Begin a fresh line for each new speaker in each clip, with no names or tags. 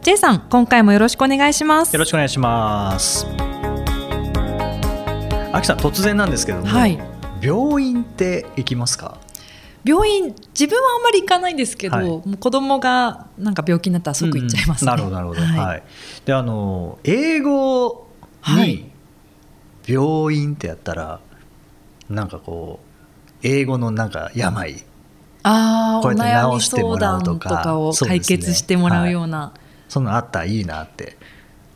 J さん、今回もよろしくお願いします。
よろしくお願いしますあきさん突然なんですけども、
はい
病院って行きますか
病院、自分はあんまり行かないんですけど、
はい
もう子供がなんか病気になったら即行っちゃいますね。
うんうんなるほどなるほど。はい。
い。
であの英語
は
に
い
病院ってやったら、なんかこう英語のなんか病
ああ、
こ
お
うやって
悩
直
み
して
相
もらう
談
と
と
か
かを
そう
解
ですね
決してもらうような。
そんなのあったらいいなって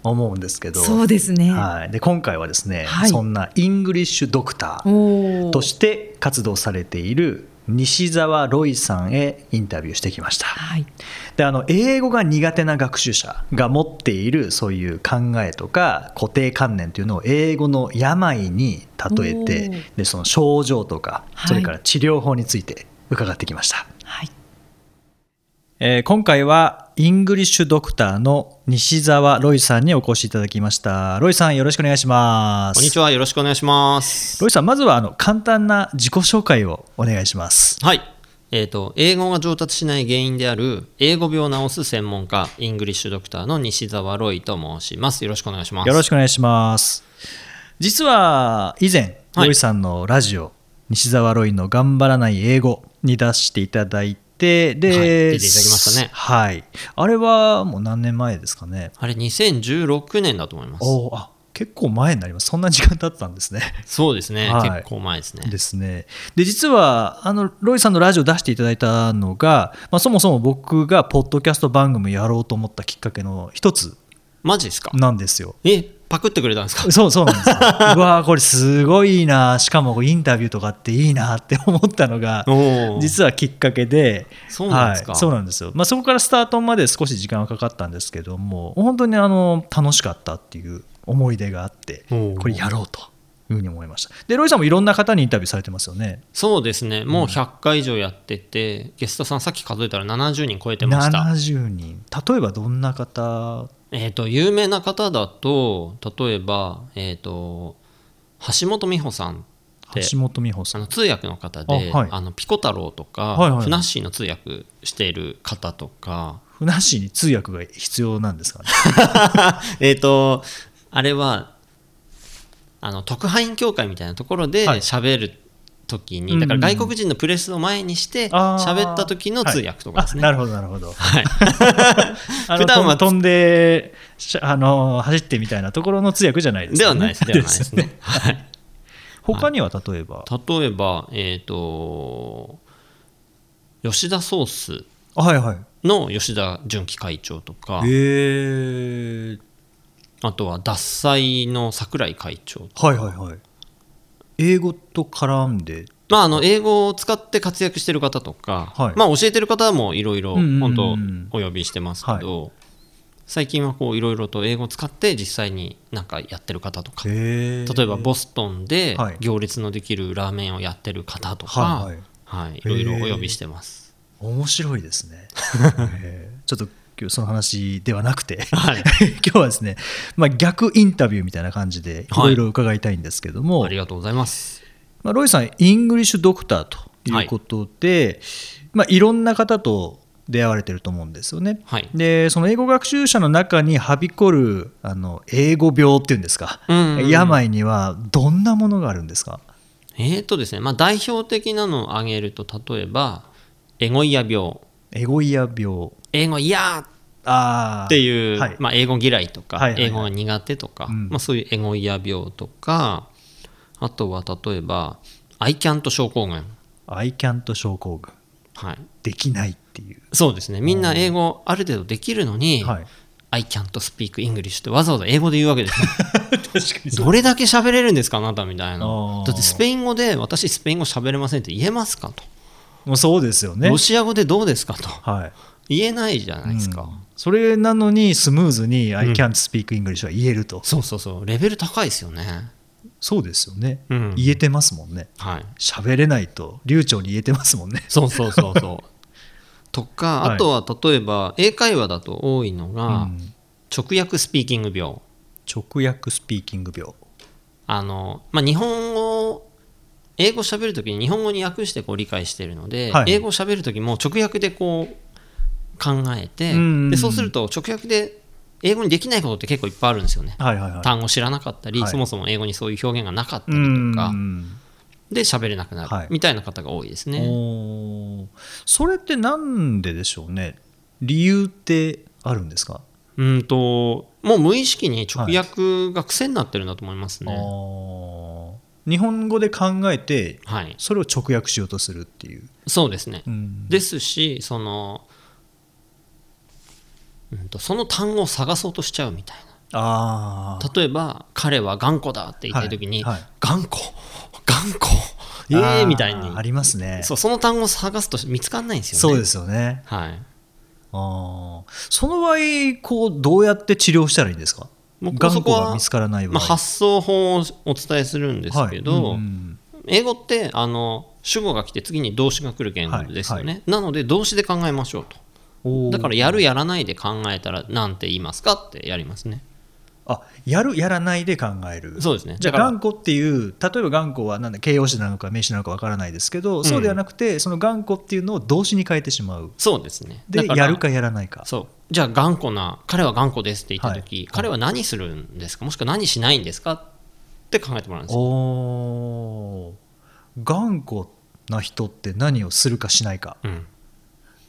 思うんですけど。
そうですね。
はい。で今回はですね、
はい
そんなイングリッシュドクター
おお。
として活動されている西澤ロイさんへインタビューしてきました。
はい。
であの英語が苦手な学習者が持っているそういう考えとか固定観念というのを英語の病に例え
お
て
ー
でその症状とか
はい
それから治療法について伺ってきました、
はい。
えー今回はイングリッシュドクターの西澤ロイさんにお越しいただきましたロイさんよろしくお願いします
こんにちは、よろしくお願いします。
ロイさんまずはあの簡単な自己紹介をお願いします
はい。えっ、と、英語が上達しない原因である、英語病を治す専門家、イングリッシュドクターの西澤ロイと申します。よろしくお願いします。
よろしくお願いします。実は以前、
は
ロ
い
イさんのラジオ、西澤ロイの頑張らない英語に出していただいて、で、
はい出ていただきましたね
はい。あれはもう何年前ですかね。
あれ、2016年だと思います。
おーあ結構前になります。そんな時間経ったんですね。
そうですね、
はい
結構前ですね。
ですね。で、実は、あの、ロイさんのラジオ出していただいたのが、まあ、そもそも僕がポッドキャスト番組やろうと思ったきっかけの一つ
マジですか
なんですよ。
え、パクってくれたんですか
そうそうなん ですよ。うわーこれすごいいいなしかもインタビューとかっていいなって思ったのが
おー
実はきっかけで
そうなんですか
はい、そうなんですよ、まあ、そこからスタートまで少し時間はかかったんですけども本当にあの楽しかったっていう思い出があって
おー
これやろうというふうに思いましたでロイさんもいろんな方にインタビューされてますよね
そうですね、もう100回以上やってて、ゲストさんさっき数えたら70人超えてました。
70人例えばどんな方
えっ、と、有名な方だと、例えば、えっ、と、橋本美穂さんって、
橋本美穂さ
あ
ん
の通訳の方で
あ
あ、
はい
のピコ太郎とか、
はいはいはい
フナッシーの通訳している方とか
ふなっしーに通訳が必要なんですかね
えっとあれはあの特派員協会みたいなところで
はい
喋る時に、
うんうん
だから外国人のプレスを前にして
あー
喋った時の通訳とかですね、
はいあなるほどなるほど
はい、
あの
普段は
とん飛んでしあの走ってみたいなところの通訳じゃ ないです
で
よ
は
ね、
ないですではないですねはい
他には例えば、
例えばえっ、と吉田ソース
あはいはい
の吉田純喜会長とか
えー、
あとは脱菜の桜井会長
はいはいはい英語と絡んで
まあ、あの英語を使って活躍してる方とか、
はい
まあ、教えてる方もいろいろ
うんうんうん
本当お呼びしてますけど、最近はこういろいろと英語を使って実際になんかやってる方とか、
え
例えばボストンで
はい
行列のできるラーメンをやってる方と
はい
か
はい、
はい、いろいろお呼びしてます。
面白いです ね、えーちょっと今日その話ではなくて、
はい
今日はですね、まあ、逆インタビューみたいな感じでいろいろ伺いたいんですけども、
ありがとうございます。
まあ、ロイさん、イングリッシュドクターということで、いまあ、いろんな方と出会われてると思うんですよね。
はい
で、その英語学習者の中にはびこるあの英語病っていうんですか、
うんうんうん
病にはどんなものがあるんですか、
えっ、とですね、まあ、代表的なのを挙げると例えばエゴイヤ病
エゴイア病。
英語嫌っ
あー
っていう、
はい
まあ、英語嫌いとか、
はいはいはい
英語が苦手とか、
うん
まあ、そういうエゴイヤ病とかあとは例えばアイキャント症候群、
I can't 症候群。
はい、
できないっていう。
そうですねみんな英語ある程度できるのに、
はい、
I can't speak English ってわざわざ英語で言うわけで すよ
確かに
どれだけ喋れるんですかあなたみたいな
あー
だってスペイン語で私スペイン語喋れませんって言えますかと、
もうそうですよね
ロ。シア語でどうですかと
はい、
言えないじゃないですか、
それなのにスムーズに「I can't speak English」は言えると、
そうそうそうレベル高いですよね
そうですよね、
うん
言えてますもんね
はい
喋れないと流暢に言えてますもんね
そうそうそうそう とか
はい
あとは例えば英会話だと多いのが、
うん
直訳スピーキング病
直訳スピーキング病
あの、まあ、日本語を英語喋るときに日本語に訳してこう理解してるので、
はい
英語喋るときも直訳でこう考えて、
うんうんうん
でそうすると直訳で英語にできないことって結構いっぱいあるんですよね、
はいはいはい
単語知らなかったり、
はい
そもそも英語にそういう表現がなかった
う
りとか、
ん
で喋れなくな
はい
るみたいな方が多いですね、
おーそれってなんででしょうね理由ってあるんですか、
うんともう無意識に直訳が癖になってるんだと思います
あ
ね
ー日本語で考えて
はい
それを直訳しようとするっていう、
そうですね
うん
ですしその、うん、とその単語を探そうとしちゃうみたい
あ
な例えば「彼は頑固だ」って言った時に「
はいはい
頑固頑固
ー
ええ」
ー
みたい
あ
に
りますね
そうその単語を探すと見つかんないんですよね、
そうですすよね
はい、
あーその場合こうどうやって治療したらいいんですか
僕
頑
そ
固
こ
が
は
見つからない場合、
まあ、発想法をお伝えするんですけど、
はいうん
英語ってあの主語が来て次に動詞が来る言語ですよね、
はい
なので動詞で考えましょう
おー
とだからやるやらないで考えたらなんて言いますかってやりますね
あやるやらないで考える
そうですね
じゃあ
だから
頑固っていう例えば頑固はなんだ形容詞なのか名詞なのかわからないですけど、そうではなくてその頑固っていうのを動詞に変えてしまう
そうですね
で
だから
やるかやらないか
そうじゃあ頑固な彼は頑固ですって言った時、
はい
彼は何するんですかもしくは何しないんですかって考えてもらうんですよ
おー頑固な人って何をするかしないか
うん、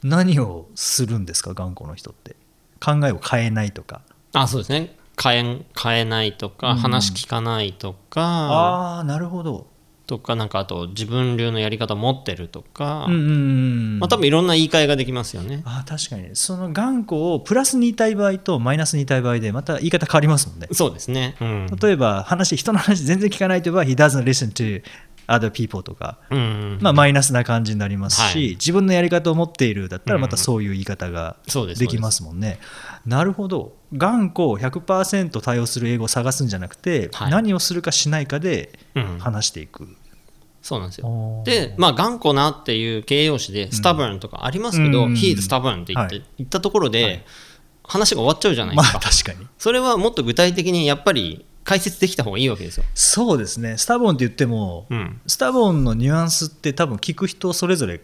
何をするんですか頑固の人って考えを変えないとか
あそうですね変え変えないとか、
うん
話聞かないとか
ああなるほど
とかなんかあと自分流のやり方持ってるとか、
うんうんうん
まあ、多分いろんな言い換えができますよね
あー確かにその頑固をプラスに言いたい場合とマイナスに言いたい場合でまた言い方変わりますもんね
そうですね、うん
例えば話人の話全然聞かないといえば「He doesn't listen to other people」とか、
うん
まあ、マイナスな感じになりますし、
はい
自分のやり方を持っているだったらまたそういう言い方が
そうです
できますもんね。なるほど頑固を100%対応する英語を探すんじゃなくて、
はい
何をするかしないかで
そうですうん、
話していく。
そうなんですよ
おー
で、まあ、頑固なっていう形容詞で、スタブンとかありますけど、
うん
He's stubborn って言って、
はい
言ったところで、話が終わっちゃうじゃない
ま
で
あ
すか。
確かに
それはもっと具体的にやっぱり解説できた方がいいわけですよ。
そうですねスタボンって言っても、
うん、
スタボンのニュアンスって多分聞く人それぞれ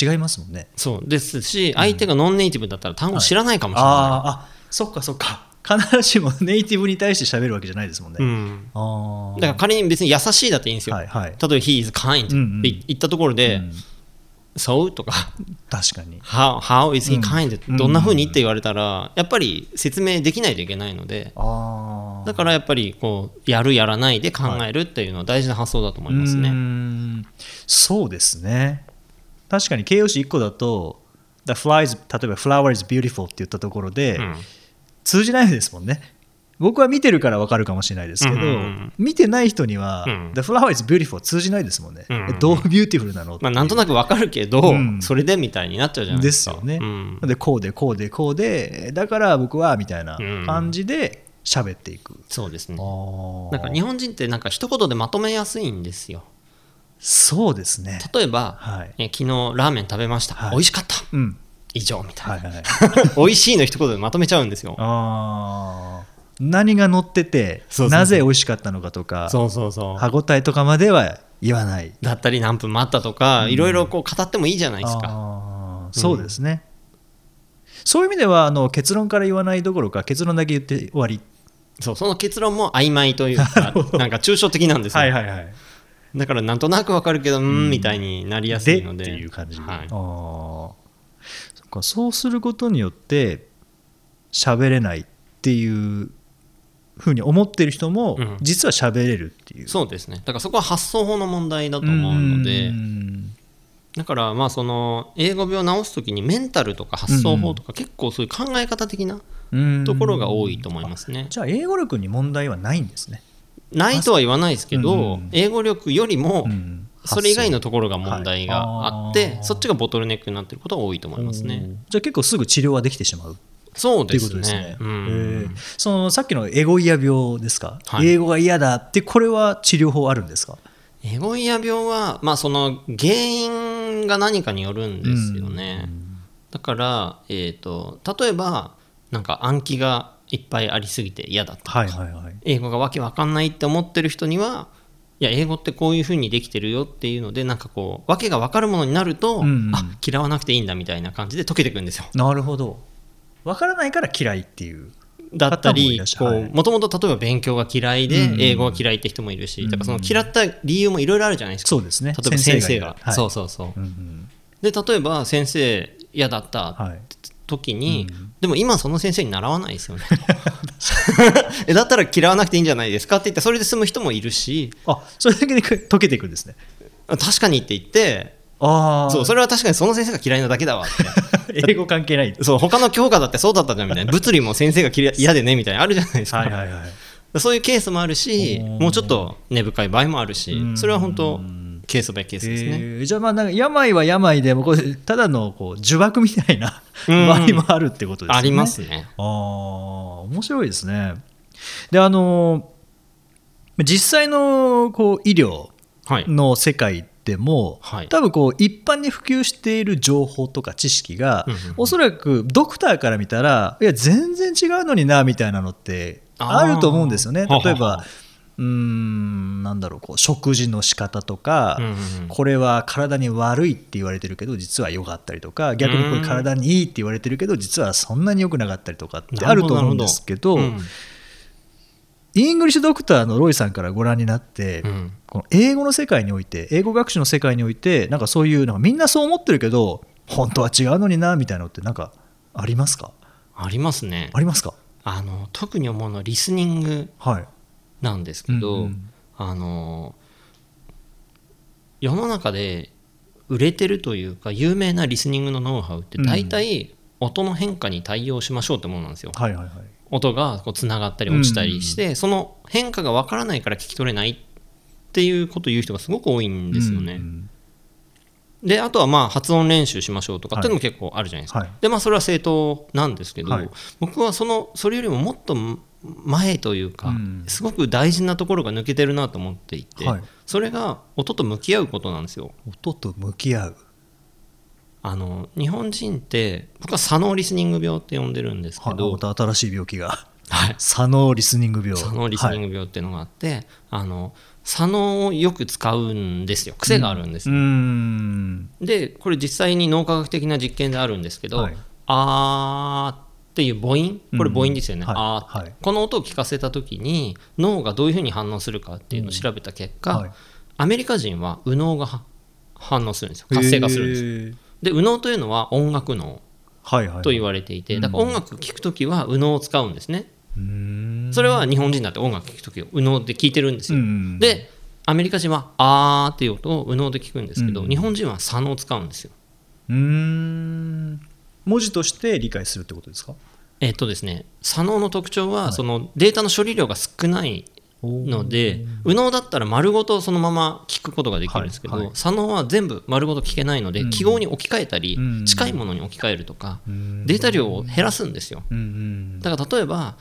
違いますもんね。
そうですし、相手がノンネイティブだったら単語知らないかもしれない。
あーあそっかそっか必ずしも ネイティブに対して喋るわけじゃないですもんね、
うん、
ああ
だから仮に別に優しいだっていいんですよ。
はいはい
例えば、He's kind
うんうん
って言ったところで、
うん
So とか、
確かに
How, how is he kind?、
うん
どんな風にって言われたら、やっぱり説明できないといけないので、
あ
だからやっぱりこうやるやらないで考えるっていうのは大事な発想だと思いますね。
ねそうですね確かに形容詞1個だと The flies 例えば「flower is beautiful」って言ったところで、
うん
通じないですもんね僕は見てるから分かるかもしれないですけど、
うんうんうん
見てない人には、
うん
The flower is beautiful 通じないですもんね、
うんうんうん
えどうビューティフルなのって
まあ、なんとなくわかるけど、
うん
それでみたいになっちゃうじゃない
で
ですすか。
よね。
うん
でこうでこうでこうでだから僕はみたいな
うん
感じで喋っていく。
そうですね。
な
なんか日本人ってなんか一言でまとめやすいんですよ。
そうですね。
例えば、
はい。
え昨日ラーメン食べました、
はい
美味しかった
うん。
以上みたいな、
はいは いはい。
美味しいの一言でまとめちゃうんですよ。
あー何が乗ってて
そうそうそう
なぜ美味しかったのかとか
そうそうそ
歯ごたえとかまでは言わない。
う。だったり何分待ったとか、いろいろこう語ってもいいじゃないですか。
あーそうですね。そういう意味ではあの結論から言わないどころか結論だけ言って終わり。
そうその結論も曖昧という かなんか抽象的なんですよ、
はいはい。
だからなんとなくわかるけどうーんみたいになりやすいので
っていう感じで、
は
あ
い
ーそっかそうすることによって喋れないっていうふうに思ってる人も、
うん
実は喋れるっていう
そうですねだからそこは発想法の問題だと思うので
ん
だからまあその英語病を治す時にメンタルとか発想法とか結構そういう考え方的な
うん
ところが多いと思いますね
じゃあ英語力に問題はないんですね、
ないとは言わないですけ
う
ど
ん
英語力よりも
うん
それ以外のところが問題があって、
はいあー
そっちがボトルネックになってることが多いと思いますね。
じゃあ結構すぐ治療はできてしまう
そう
とい
で
うこ
す
と
ね
ですね。
う
えー
ん、
そのさっきのエゴイヤ病ですか、
はい
英語が嫌だってこれは治療法あるんですか
エゴイア病は、まあ、その原因が何かによるんですよね、だから、えー、と例えばなんか暗記がいっぱいありすぎて嫌だとか、
はいはいはい。
英語がわけわかんないって思ってる人にはいや英語ってこういうふうにできてるよっていうのでなんかこうわけがわかるものになると、
うんうん
あ嫌わなくていいんだみたいな感じで解けてくんですよ
なるほど。わからないから嫌いっていう。
だった
方もい
り
らっしゃ
こ
は
う
い
もともと例えば勉強が嫌いで
うん
英語が嫌いって人もいるしだからその嫌った理由もいろいろあるじゃないですか
そうですね。
例えば先生が
はい、
そうそうそう
うんうん
で例えば先生嫌だった
はい。
時に、でも今その先生に習わないで すよね えだったら嫌わなくていいんじゃないですかって言ってそれで済む人もいるし
あそれだけで解けていくんですね。
あ確かにって言って
ああ、
そうそれは確かにその先生が嫌いなだけだわっ
英語関係ない。
てそう他の教科だってそうだったじゃんみ たいな物理も先生が嫌い嫌でねみたいなのあるじゃないですか、
はいはいはい。
そういうケースもあるし
おー
もうちょっと根深い場合もあるし
うん
それは本当ケースバイケースですね、
えーじゃあまあなんか病は病でもこれただのこう呪縛みたいな
うん
場合もあるってことですよね。
ありますね
ああ面白いですね。であの実際のこう医療
はい
の世界でも、
はい
多分こう一般に普及している情報とか知識が、
うんうんうん
おそらくドクターから見たらいや全然違うのになみたいなのってあると思うんですよね。
あー
例え
はは
ばうーんなんだろうこう食事の仕方とか、
うんうんうん
これは体に悪いって言われてるけど実は良かったりとか逆にこれ体にいいって言われてるけど実はそんなに良くなかったりとかってあると思うんですけど
なるほど
イングリッシュドクターのロイさんからご覧になって、
うんうん
この英語の世界において英語学習の世界においてなんかそういうなんかみんなそう思ってるけど本当は違うのになみたいなのってなんかありますか
ありますね
ありますか
あの特に思うのはリスニング
はい
なんですけど、
うんうん
あの世の中で売れてるというか有名なリスニングのノウハウって大体音の変化に対応しましょうってものなんですよ。
はいはいはい
音がこうつながったり落ちたりして、その変化がわからないから聞き取れないっていうことを言う人がすごく多いんですよね。
うんうん
であとはまあ発音練習しましょうとかっていうのも結構あるじゃないですか、
はい
でまあそれは正当なんですけど、
はい
僕はそのそれよりももっと前というか、
うん
すごく大事なところが抜けてるなと思っていて、
はい
それが音と向き合うことなんですよ
音と向き合う
あの日本人って僕は左脳リスニング病って呼んでるんですけ
はい
ど、
また新しい病気が
はい
左脳リスニング病
左脳リスニング病っていうのがあって、あの左脳をよく使うんですよ癖があるんですよ、
うーん
でこれ実際に脳科学的な実験であるんですけど「
はい
あー」っていう母音これ母音ですよね「
うんうん
あーって
はいはい
この音を聞かせた時に脳がどういうふうに反応するかっていうのを調べた結果、
はい
アメリカ人は右脳がは反応するんですよ活性化するんですよ
す
で右脳というのは音楽脳
はいはい
と言われていてだから音楽聴く時は右脳を使うんですね
うーん
それは日本人だって音楽聴く時は右脳で聴いてるんです
う
よ
ん
でアメリカ人は「あー」っていう音を右脳で聞くんですけど、
うん
日本人は左脳を使うんですよ
うーん文字として理解するってことですか
えっとですね、左脳の特徴は、そのデータの処理量が少ないので、右脳だったら丸ごとそのまま聞くことができるんですけど、
はいはい
左脳は全部丸ごと聞けないので、
うん
記号に置き換えたり、
うん
近いものに置き換えるとか、
うん
データ量を減らすんですよ。
うんうん
だから例えば、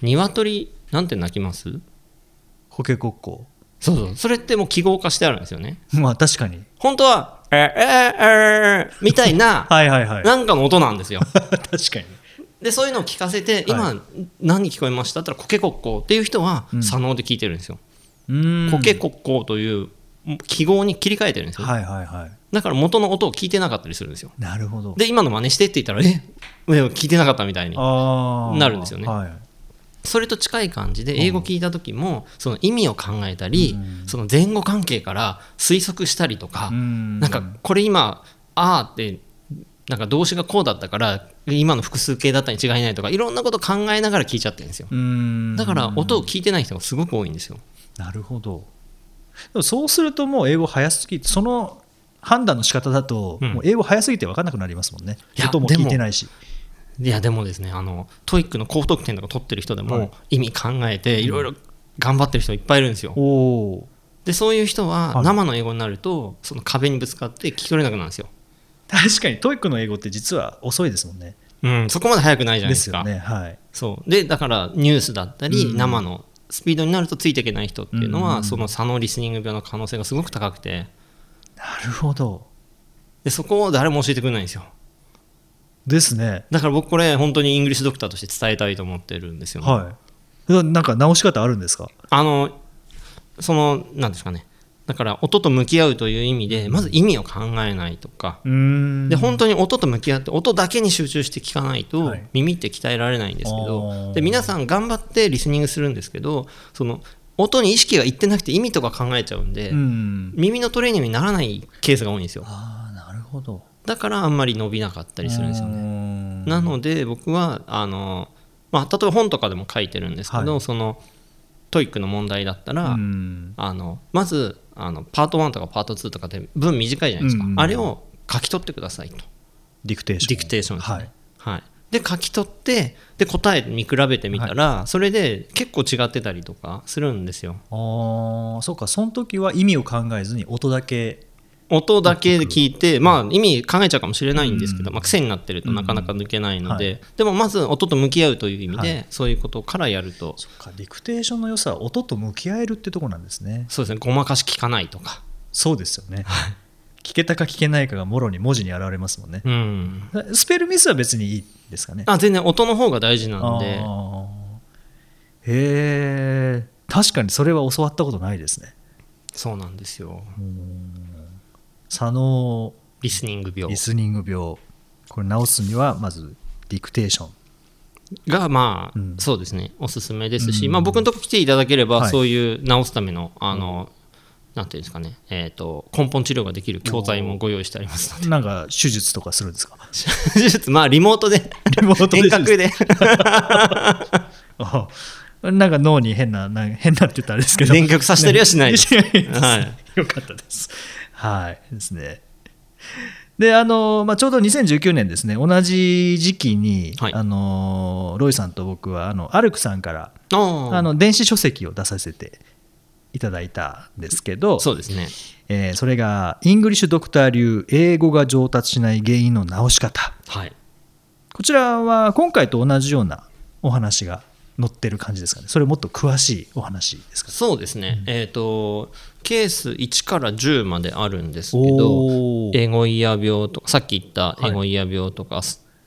鶏、なんて鳴きます
コケコッコ
そうそう、それってもう記号化してあるんですよね。
まあ確かに
本当は、えーえーえーみたいな、
はいはいはい確
なんかの音なんです よ。
かに
でそういうのを聞かせて今、
は
何聞こえましたって言ったら「コケコッコー」っていう人は
うん
左脳で聞いてるんですよ。
うーん
コケコッコーという記号に切り替えてるんですよ、
はいはいはい
だから元の音を聞いてなかったりするんですよ。
なるほど
で今の真似してって言ったら「ええ聞いてなかった」みたいに
あー
なるんですよね
はい
それと近い感じで英語聞いた時もその意味を考えたり、その前後関係から推測したりとか、
うん
なんかこれ今「あ」ってなんか動詞がこうだったから今の複数形だったに違いないとかいろんなこと考えながら聞いちゃってるんですよ
う。ーん
だから音を聞いてない人がすごく多いんですよ。
なるほどでもそうするともう英語早すぎてその判断の仕方だと、
うん
もう英語早すぎて分かんなくなりますもんね
いや
音も聞いてないし
いやでもですねあのトイックの高得点とか取ってる人で
はい
も意味考えていろいろ頑張ってる人いっぱいいるんですよ。
おお
でそういう人は
はい
生の英語になるとその壁にぶつかって聞き取れなくなるんですよ、
確かにトイックの英語って実は遅いですもんね。
うん、そこまで速くないじゃな
で
いです
す
か
よね。はい。
そうでだからニュースだったり、
うん
生のスピードになるとついていけない人っていうのは、
うん
その差のリスニング病の可能性がすごく高くて
なるほど。
でそこを誰も教えてくれないんですよ
ですね。
だから僕これ本当にイングリッシュドクターとして伝えたいと思ってるんですよ、ね
はい。ななんか直し方あるんですか
あのそのなんですかねだから音と向き合うという意味でまず意味を考えないとか
うーん
で本当に音と向き合って音だけに集中して聞かないと
はい
耳って鍛えられないんですけど、
あー
で皆さん頑張ってリスニングするんですけどその音に意識がいってなくて意味とか考えちゃうんで、
うん。
耳のトレーニングにならないケースが多いんですよ
ああ、なるほど。
だからあんまり伸びなかったりするんですよね
ね
なので僕はあの、まあ、例えば本とかでも書いてるんですけど、
は
そのトイックの問題だったら、
うん。
あのまずあのパート1とかパート2とかって文短いじゃないですか、
うんうんうん
あれを書き取ってくださいと
ディクテーション。
ディクテーションですね
はい。
はい、で書き取ってで答え見比べてみたら、それで結構違ってたりとかするんですよ
ああ、そうか。その時は意味を考えずに音だけ。
音だけで聞いて、まあ、意味考えちゃうかもしれないんですけど、
うん
まあ、癖になってるとなかなか抜けないので、
うんは
でもまず音と向き合うという意味で、
は
そういうことからやると
そっか。ディクテーションの良さは音と向き合えるってとこなんですね。
そうですねごまかし聞かないとか、
そうですよね。聞けたか聞けないかがもろに文字に現れますもんね。
うん、
スペルミスは別にいいですかね。
あ全然音の方が大事なので
あーへえ確かにそれは教わったことないですね
そうなんですよ
左脳
リスニング病
リスニング病これ治すにはまずディクテーション
がまあ、
うん
そうですねおすすめですし、
うん
まあ、僕のとこ来ていただければ、
はい
そういう治すためのあの、なんていうんですかね、えー、と根本治療ができる教材もご用意してありま すので
なんか手術とかするんですか
手術まあリモートで
リモートで
遠隔で
あなんか脳に変ななん変なって言ったらあれですけど
電極させたりはしな いです
ねしないです
はい
よかったですはいですねであのまあ、ちょうど2019年ですね同じ時期に、
はい
あのロイさんと僕はあのアルクさんからあ
あ
の
の
電子書籍を出させていただいたんですけど、
そうですね
えーそれが「イングリッシュドクター流英語が上達しない原因の直し方
はい」
こちらは今回と同じようなお話が載ってる感じですかねそれもっと詳しいお話です かね
そうですね、えっ、とケース1から10まであるんですけど
おー
エゴイヤ病とかさっき言った
はい
エゴイヤ病とか、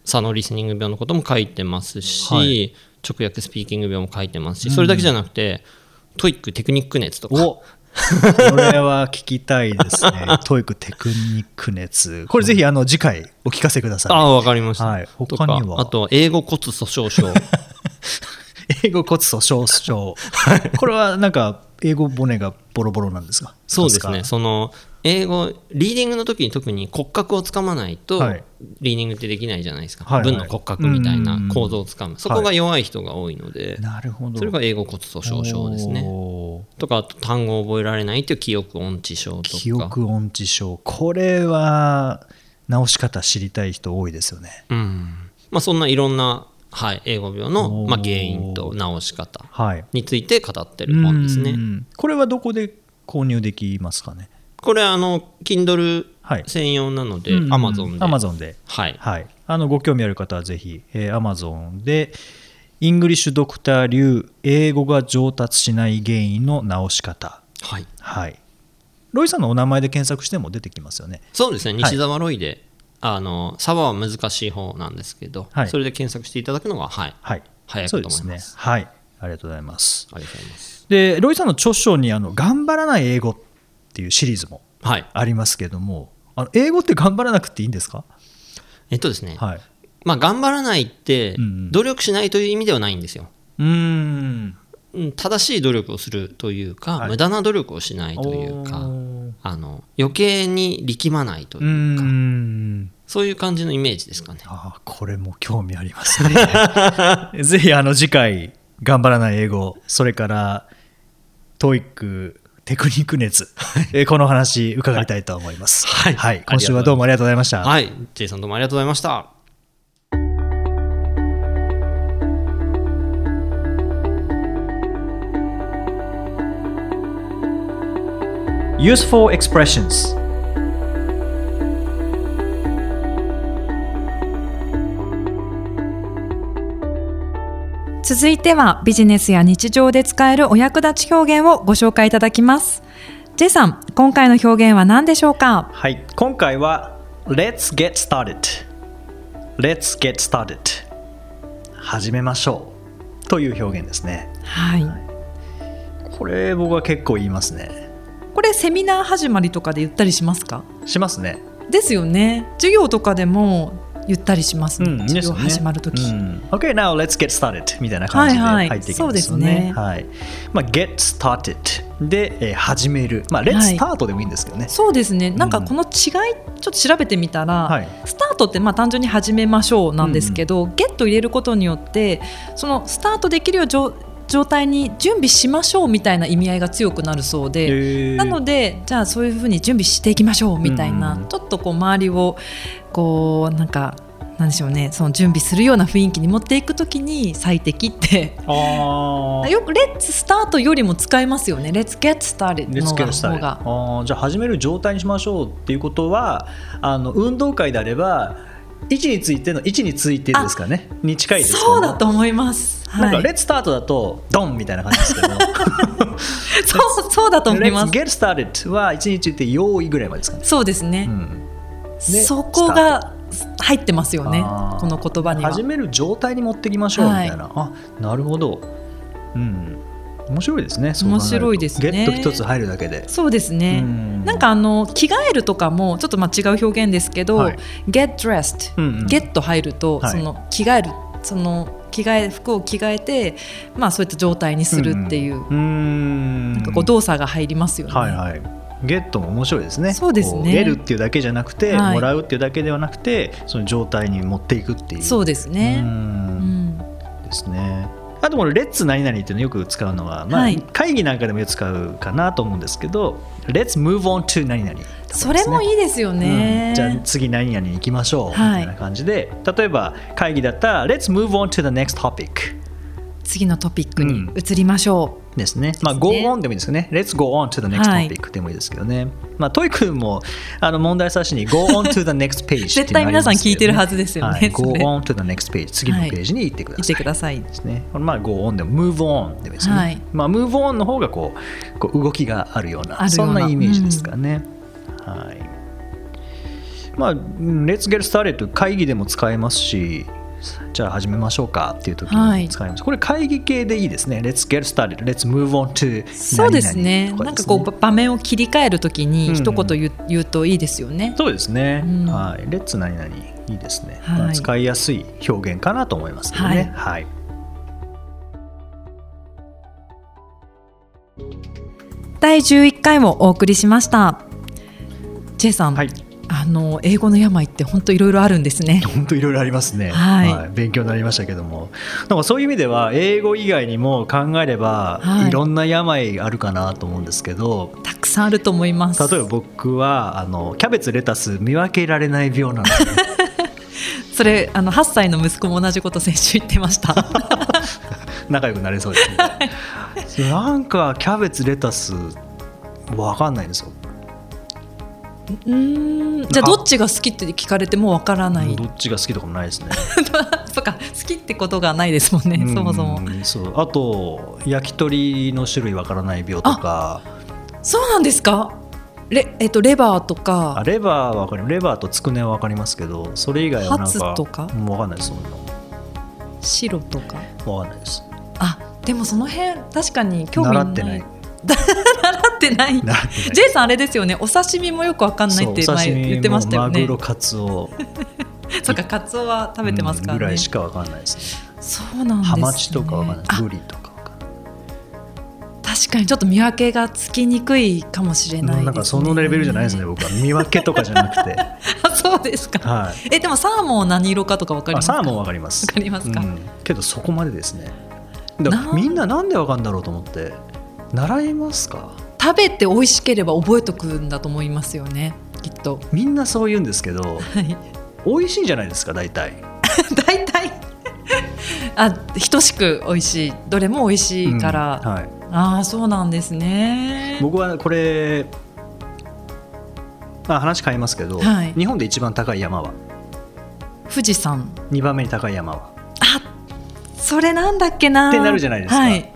サノリスニング病のことも書いてますし、
はい
直訳スピーキング病も書いてますしそれだけじゃなくて、トイックテクニック熱とか
おこれは聞きたいです ね。トイックテクニック熱。これぜひあの次回お聞かせくだ
あ
さ
あ分かりました、
はい
と
他
か
には
あと英語骨粗鬆症
い。英語骨粗鬆症。これはなんか英語骨がボロボロなんですか
そうですね
か
その英語リーディングの時に特に骨格をつかまないと、
はい
リーディングってできないじゃないですか、
はいはい
文の骨格みたい
うんうんう
なん構造をつかむそこが弱い人が多いので、
なるほど。
それが英語骨粗鬆症ですね
おー
とかあと単語を覚えられないっていう記憶音痴症とか
記憶音痴症これは直し方知りたい人多いですよね
うんまあ、そんないろんな、はい、英語病の
お、ー
まあ、原因と治し方
はい
について語ってる本です
う
ね。
んこれはどこで購入できますかね
これあの Kindle
はい
専用なので、
うん
Amazon で、
Amazon で
はい、
はいあのご興味ある方はぜひ、えー Amazon でイングリッシュドクター流英語が上達しない原因の直し方
はい、
はいロイさんのお名前で検索しても出てきますよね
そうですね
はい
西澤ロイで、あのサバは難しい方なんですけど、
はい
それで検索していただくのがはい
はい
早い
そ
か
う
と
で
思い
すね
ます。
はいありがとうございます
ありがとうございます。
でロイさんの著書にあの「頑張らない英語」っていうシリーズも
はい、
ありますけどもあの英語って頑張らなくていいんですか、
えっとですね、
はい、
まあ頑張らないって
うんうん
努力しないという意味ではないんですよ。
うーん
うん正しい努力をするというか、
はい
無駄な努力をしないというか。
う
あの余計に力まないと
ー
いうか、
ん
そういう感じのイメージですかね。
あーこれも興味ありますね ぜひあの次回「頑張らない英語」それから「トイックテクニック熱」えーこの話伺いたいと思います、
はい
今週はどうもありがとうございました
はい、J さんどうもありがとうございました。
Useful expressions
続いてはビジネスや日常で使えるお役立ち表現をご紹介いただきます J さん今回の表現は何でしょうか
はい今回は Let's get started Let's get started 始めましょうという表現ですね
はい、
これ僕は結構言いますね
これセミナー始まりとかで言ったりしますか
しますね
ですよね授業とかでも言ったりしますね、授業始まるとき、
うん OK, now let's get started みたいな感じで
はいは
入
い
っていきますよね。はいまあ、get started で、えー始める。まあ、let's
はい
start でもいいんですけどね。
そうですねなんか
うん
この違いちょっと調べてみたら、
はい
スタートってまあ単純に始めましょうなんですけど、ゲット入れることによってそのスタートできるよう状状態に準備しましょうみたいな意味合いが強くなるそうで、
えー
なのでじゃあそういうふうに準備していきましょうみたいな、
うん
ちょっとこう周りをこうなんかなんでしょうねその準備するような雰囲気に持っていくときに最適って
あー
よく「レッツスタート」よりも使えますよね「レッツゲットスター e d の
Let's
方
get
が
started あーじゃあ始める状態にしましょうっていうことはあの運動会であれば位置についての位置についてですかねに近いですよね
そうだと思います。は
なんか
い、
レッツスタートだとドンみたいな感じ ですけど
そうそうだと思いま
Let's
す。
get started は一日ついて用意ぐらいまでですかね、
そうです
う
ね。
んで
そこが入ってますよね
あー。
この言葉には
始。める状態に持ってきましょうみ
は
た
い
いな、あなるほどうん面白いですねそう考えると
面白いですね
ゲット一つ入るだけで、
そうですね。
うん
なんかあの着替えるとかもちょっとまあ違う表現ですけど、
はい
get dressed、
うんうん
get 入ると、
はい
その着替えるその着替え服を着替えてまあそういった状態にするっていう、
うんうん
なんかこう動作が入りますよね。
はいはいゲットも面白いですね
そうですね
こ得るっていうだけじゃなくて、
はい
もらうっていうだけではなくてその状態に持っていくっていう
そうです
う
ね。うんん、
ですね。あとこれ「レッツ何々」っていうのよく使うのは、まあ
はい
会議なんかでもよく使うかなと思うんですけど「Let's move on to 何々とかですね」
それもいいですよね。
うんじゃあ次何々に行きましょうみ
は
た
い
いな感じで、例えば会議だったら「Let's move on to the next topic
次のトピック
う
に
ん
移りましょ」
ですねまあ、
です
Go
ね
on でもいいですよね「Let's go on to the next
はい
topic」でもいいですけどね、まあ、トイ君もあの問題冊子に「Go on to the next page っていうのがありますけどね」
絶対皆さん聞いてるはずですよね
はい、
そ
Go
れ
on to the next page 次のページに行ってく
う。
だ
見
さい
てください。
ですね。これまあ go on でも move on でもいいですよね。
はい
まあ move on の方がこうこう動きがあるような
あるよ
そ
うんな
なイメージですからね。はい。まあうん let's get started 会議でも使えますし。じゃあ始めましょうかっていう時
はい
に使います、これ会議系でいいですね Let's get started Let's move on to
そうですね。
何々と
なんかこうば場面を切り替えるとき
うんう
に
ん
一言言う,、言うといいですよね。
そうですね、
うん
はい、レッツ何々いいですね、
はい
まあ使いやすい表現かなと思いますけどね、はい
第11回をお送りしました。J さん、
はい、
あの英語の病って本当いろいろあるんですね。
本当いろいろありますね、
はい
勉強になりましたけどもなんかそういう意味では英語以外にも考えれば、
はい
い、ろんな病あるかなと思うんですけど
たくさんあると思います。
例えば僕はあのキャベツレタス見分けられない病なの で
それあの8歳の息子も同じこと先週言って ました。
仲良くなれそうですねなんかキャベツレタスわかんないんですよ
うーん。じゃあどっちが好きって聞かれてもわからない
ど。っちが好きとかもないですね
そっか好きってことがないですもんね。 そもそも。
うんそうあと焼き鳥の種類わからない病とか
そうなんですか。レえっとレバーとか。
あレバーはわかるレバーとつくねはわかりますけどそれ以外はなんか
ハツとか
もうわかんないですそんなの
白とか
わかんないです
あでもその辺確かに興味
習ってない
習ってない
習ってない
J さんあれですよねお刺身もよくわかんないって
そうお
前
刺身
言ってましたよ
もマ
ね
グロカツオ
そっかカツオは食べてますか
うんぐ
ら
ら
ね
いしかわかんないですね
そうなんです、ね、
ハマチとかわかんない
あ
ブリとかわかんない
確かにちょっと見分けがつきにくいかもしれないです、ね、
なんかそのレベルじゃないですね僕は見分けとかじゃなくて
あそうですか、
はい
えでもサーモンは何色かとかわかり
あ
ますか
サーモンわかります
わかりますか
うんけどそこまでですねだから
なん
みんななんでわかんだろうと思って習いますか
食べて美味しければ覚えとくんだと思いますよねきっと
みんなそう言うんですけど
はい
美味しいんじゃないですか大体
大体 あ等しく美味しいどれも美味しいから、
うんはい
ああそうなんですね
僕はこれあ話変えますけど、
はい
日本で一番高い山は
富士山
2番目に高い山は
それなんだっけな
ってなるじゃないですか
はい、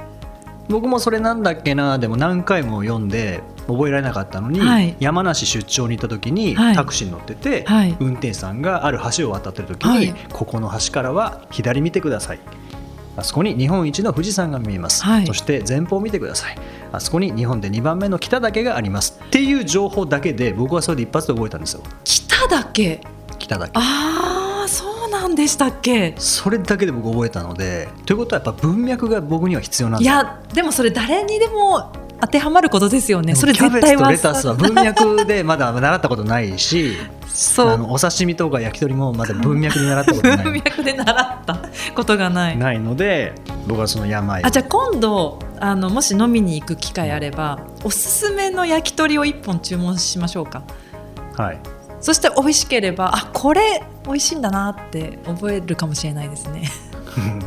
僕もそれなんだっけなでも何回も読んで覚えられなかったのに、
はい
山梨出張に行った時に
はい
タクシーに乗ってて、
はい
運転手さんがある橋を渡ってる時に、
はい
ここの橋からは左見てくださいあそこに日本一の富士山が見えます、
はい
そして前方を見てくださいあそこに日本で2番目の北岳がありますっていう情報だけで僕はそれで一発で覚えたんですよ
北だけ
北岳
ああそうなんでしたっけ
それだけで僕覚えたのでということはやっぱ文脈が僕には必要なん
い
ですよ
やでもそれ誰にでも当てはまることですよ
で
ね
も
それ
キャベ
絶
ツ
対
と
は
レタスは文脈でまだ習ったことないし
そう
あのお刺身とか焼き鳥もまだ文脈で習ったことな
文
い
脈で習ったことがない
ないので僕はその病を
あじゃあ今度あのもし飲みに行く機会あればおすすめの焼き鳥を1本注文しましょうか
はい、
そして美味しければあこれ美味しいんだなって覚えるかもしれないですね
うん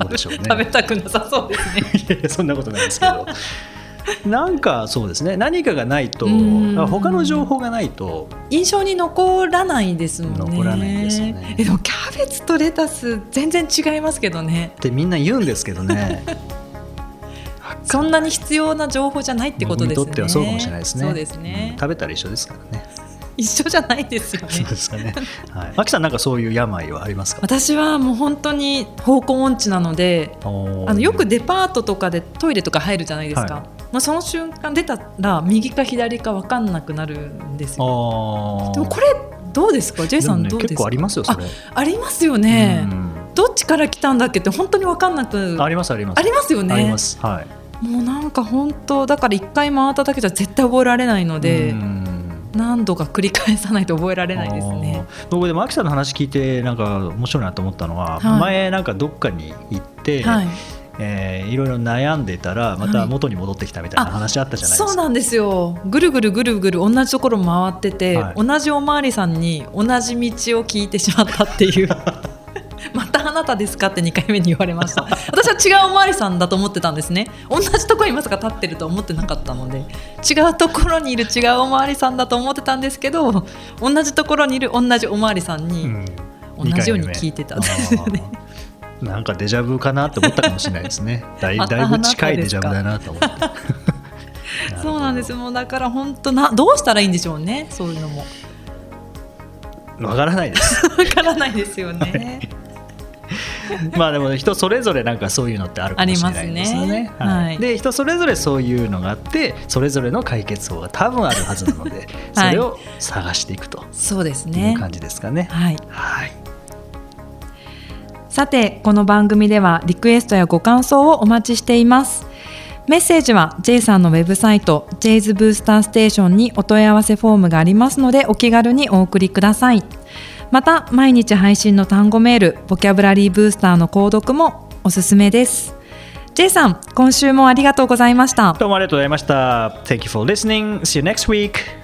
どうでしょうね
食べたくなさそうですね
いやいやそんなことないですけ どなんかそうですね何かがないと
うん
他の情報がないと
印象に残らないですもんね
残らないですね
えでもキャベツとレタス全然違いますけどね
ってみんな言うんですけどね
そんなに必要な情報じゃないってことですね
僕にとってはそうかもしれないですね
そうですね
うん、食べたら一緒ですからね
一緒じゃないですよ
そう
ね
ですか ね。はい。秋さんなんかそういう病はありますか。
私はもう本当に方向音痴なのであ
あ
のよくデパートとかでトイレとか入るじゃないですか、
はい
まあ、その瞬間出たら右か左か分かんなくなるんですよ
ああ。
でもこれどうですか J さん
で
ど
も
う
ね
で
結
すか
構ありますよそれ。
ありますよね、
うん
どっちから来たんだっけって本当に分かんなく
ありますあります。
ありますよね
あります。はい。
もうなんか本当だから一回回っただけじゃ絶対覚えられないので、
うん
何度か繰り返さないと覚えられないですね。
あー。僕でも秋さんの話聞いてなんか面白いなと思ったのは、
はい
前なんかどっかに行って、
はい
いえーいろいろ悩んでたらまた元に戻ってきたみたいな
はい
話あったじゃないで
そう
すか。
なんですよぐるぐるぐるぐる同じところ回ってて、
はい
同じおまわりさんに同じ道を聞いてしまったっていう またあなたですかって2回目に言われま した私は違うおまわりさんだと思ってたんですね同じところにまさか立ってると思ってなかったので違うところにいる違うおまわりさんだと思ってたんですけど同じところにいる同じおまわりさんに、
うん
同じように聞いてたん ですよね。
あーなんかデジャブかなって思ったかもしれないです ね。だい
また
だいぶ近
あなたですか
いデジャブだなと思って。
そうなんです
よ。
もうだから本当などうしたらいいんでしょうねそういうのも
わからないです。
わからないですよね。
まあでも人それぞれなんかそういうのってあるかもしれないですよ
あり
ね
ま。すね
は
はい
い。で人それぞれそういうのがあって、それぞれの解決法が多分あるはずなので、それを探していくと
そうです
い
ね
う。感じですかね。
はい。
はい。
さて、この番組ではリクエストやご感想をお待ちしています。メッセージは J さんのウェブサイト J's ブースターステーションにお問い合わせフォームがありますのでお気軽にお送りください。また、毎日配信の単語メール、ボキャブラリーブースターの購読もおすすめです。J さん、今週もありがとうございました。
どうもありがとうございました。Thank you for listening. See you next week.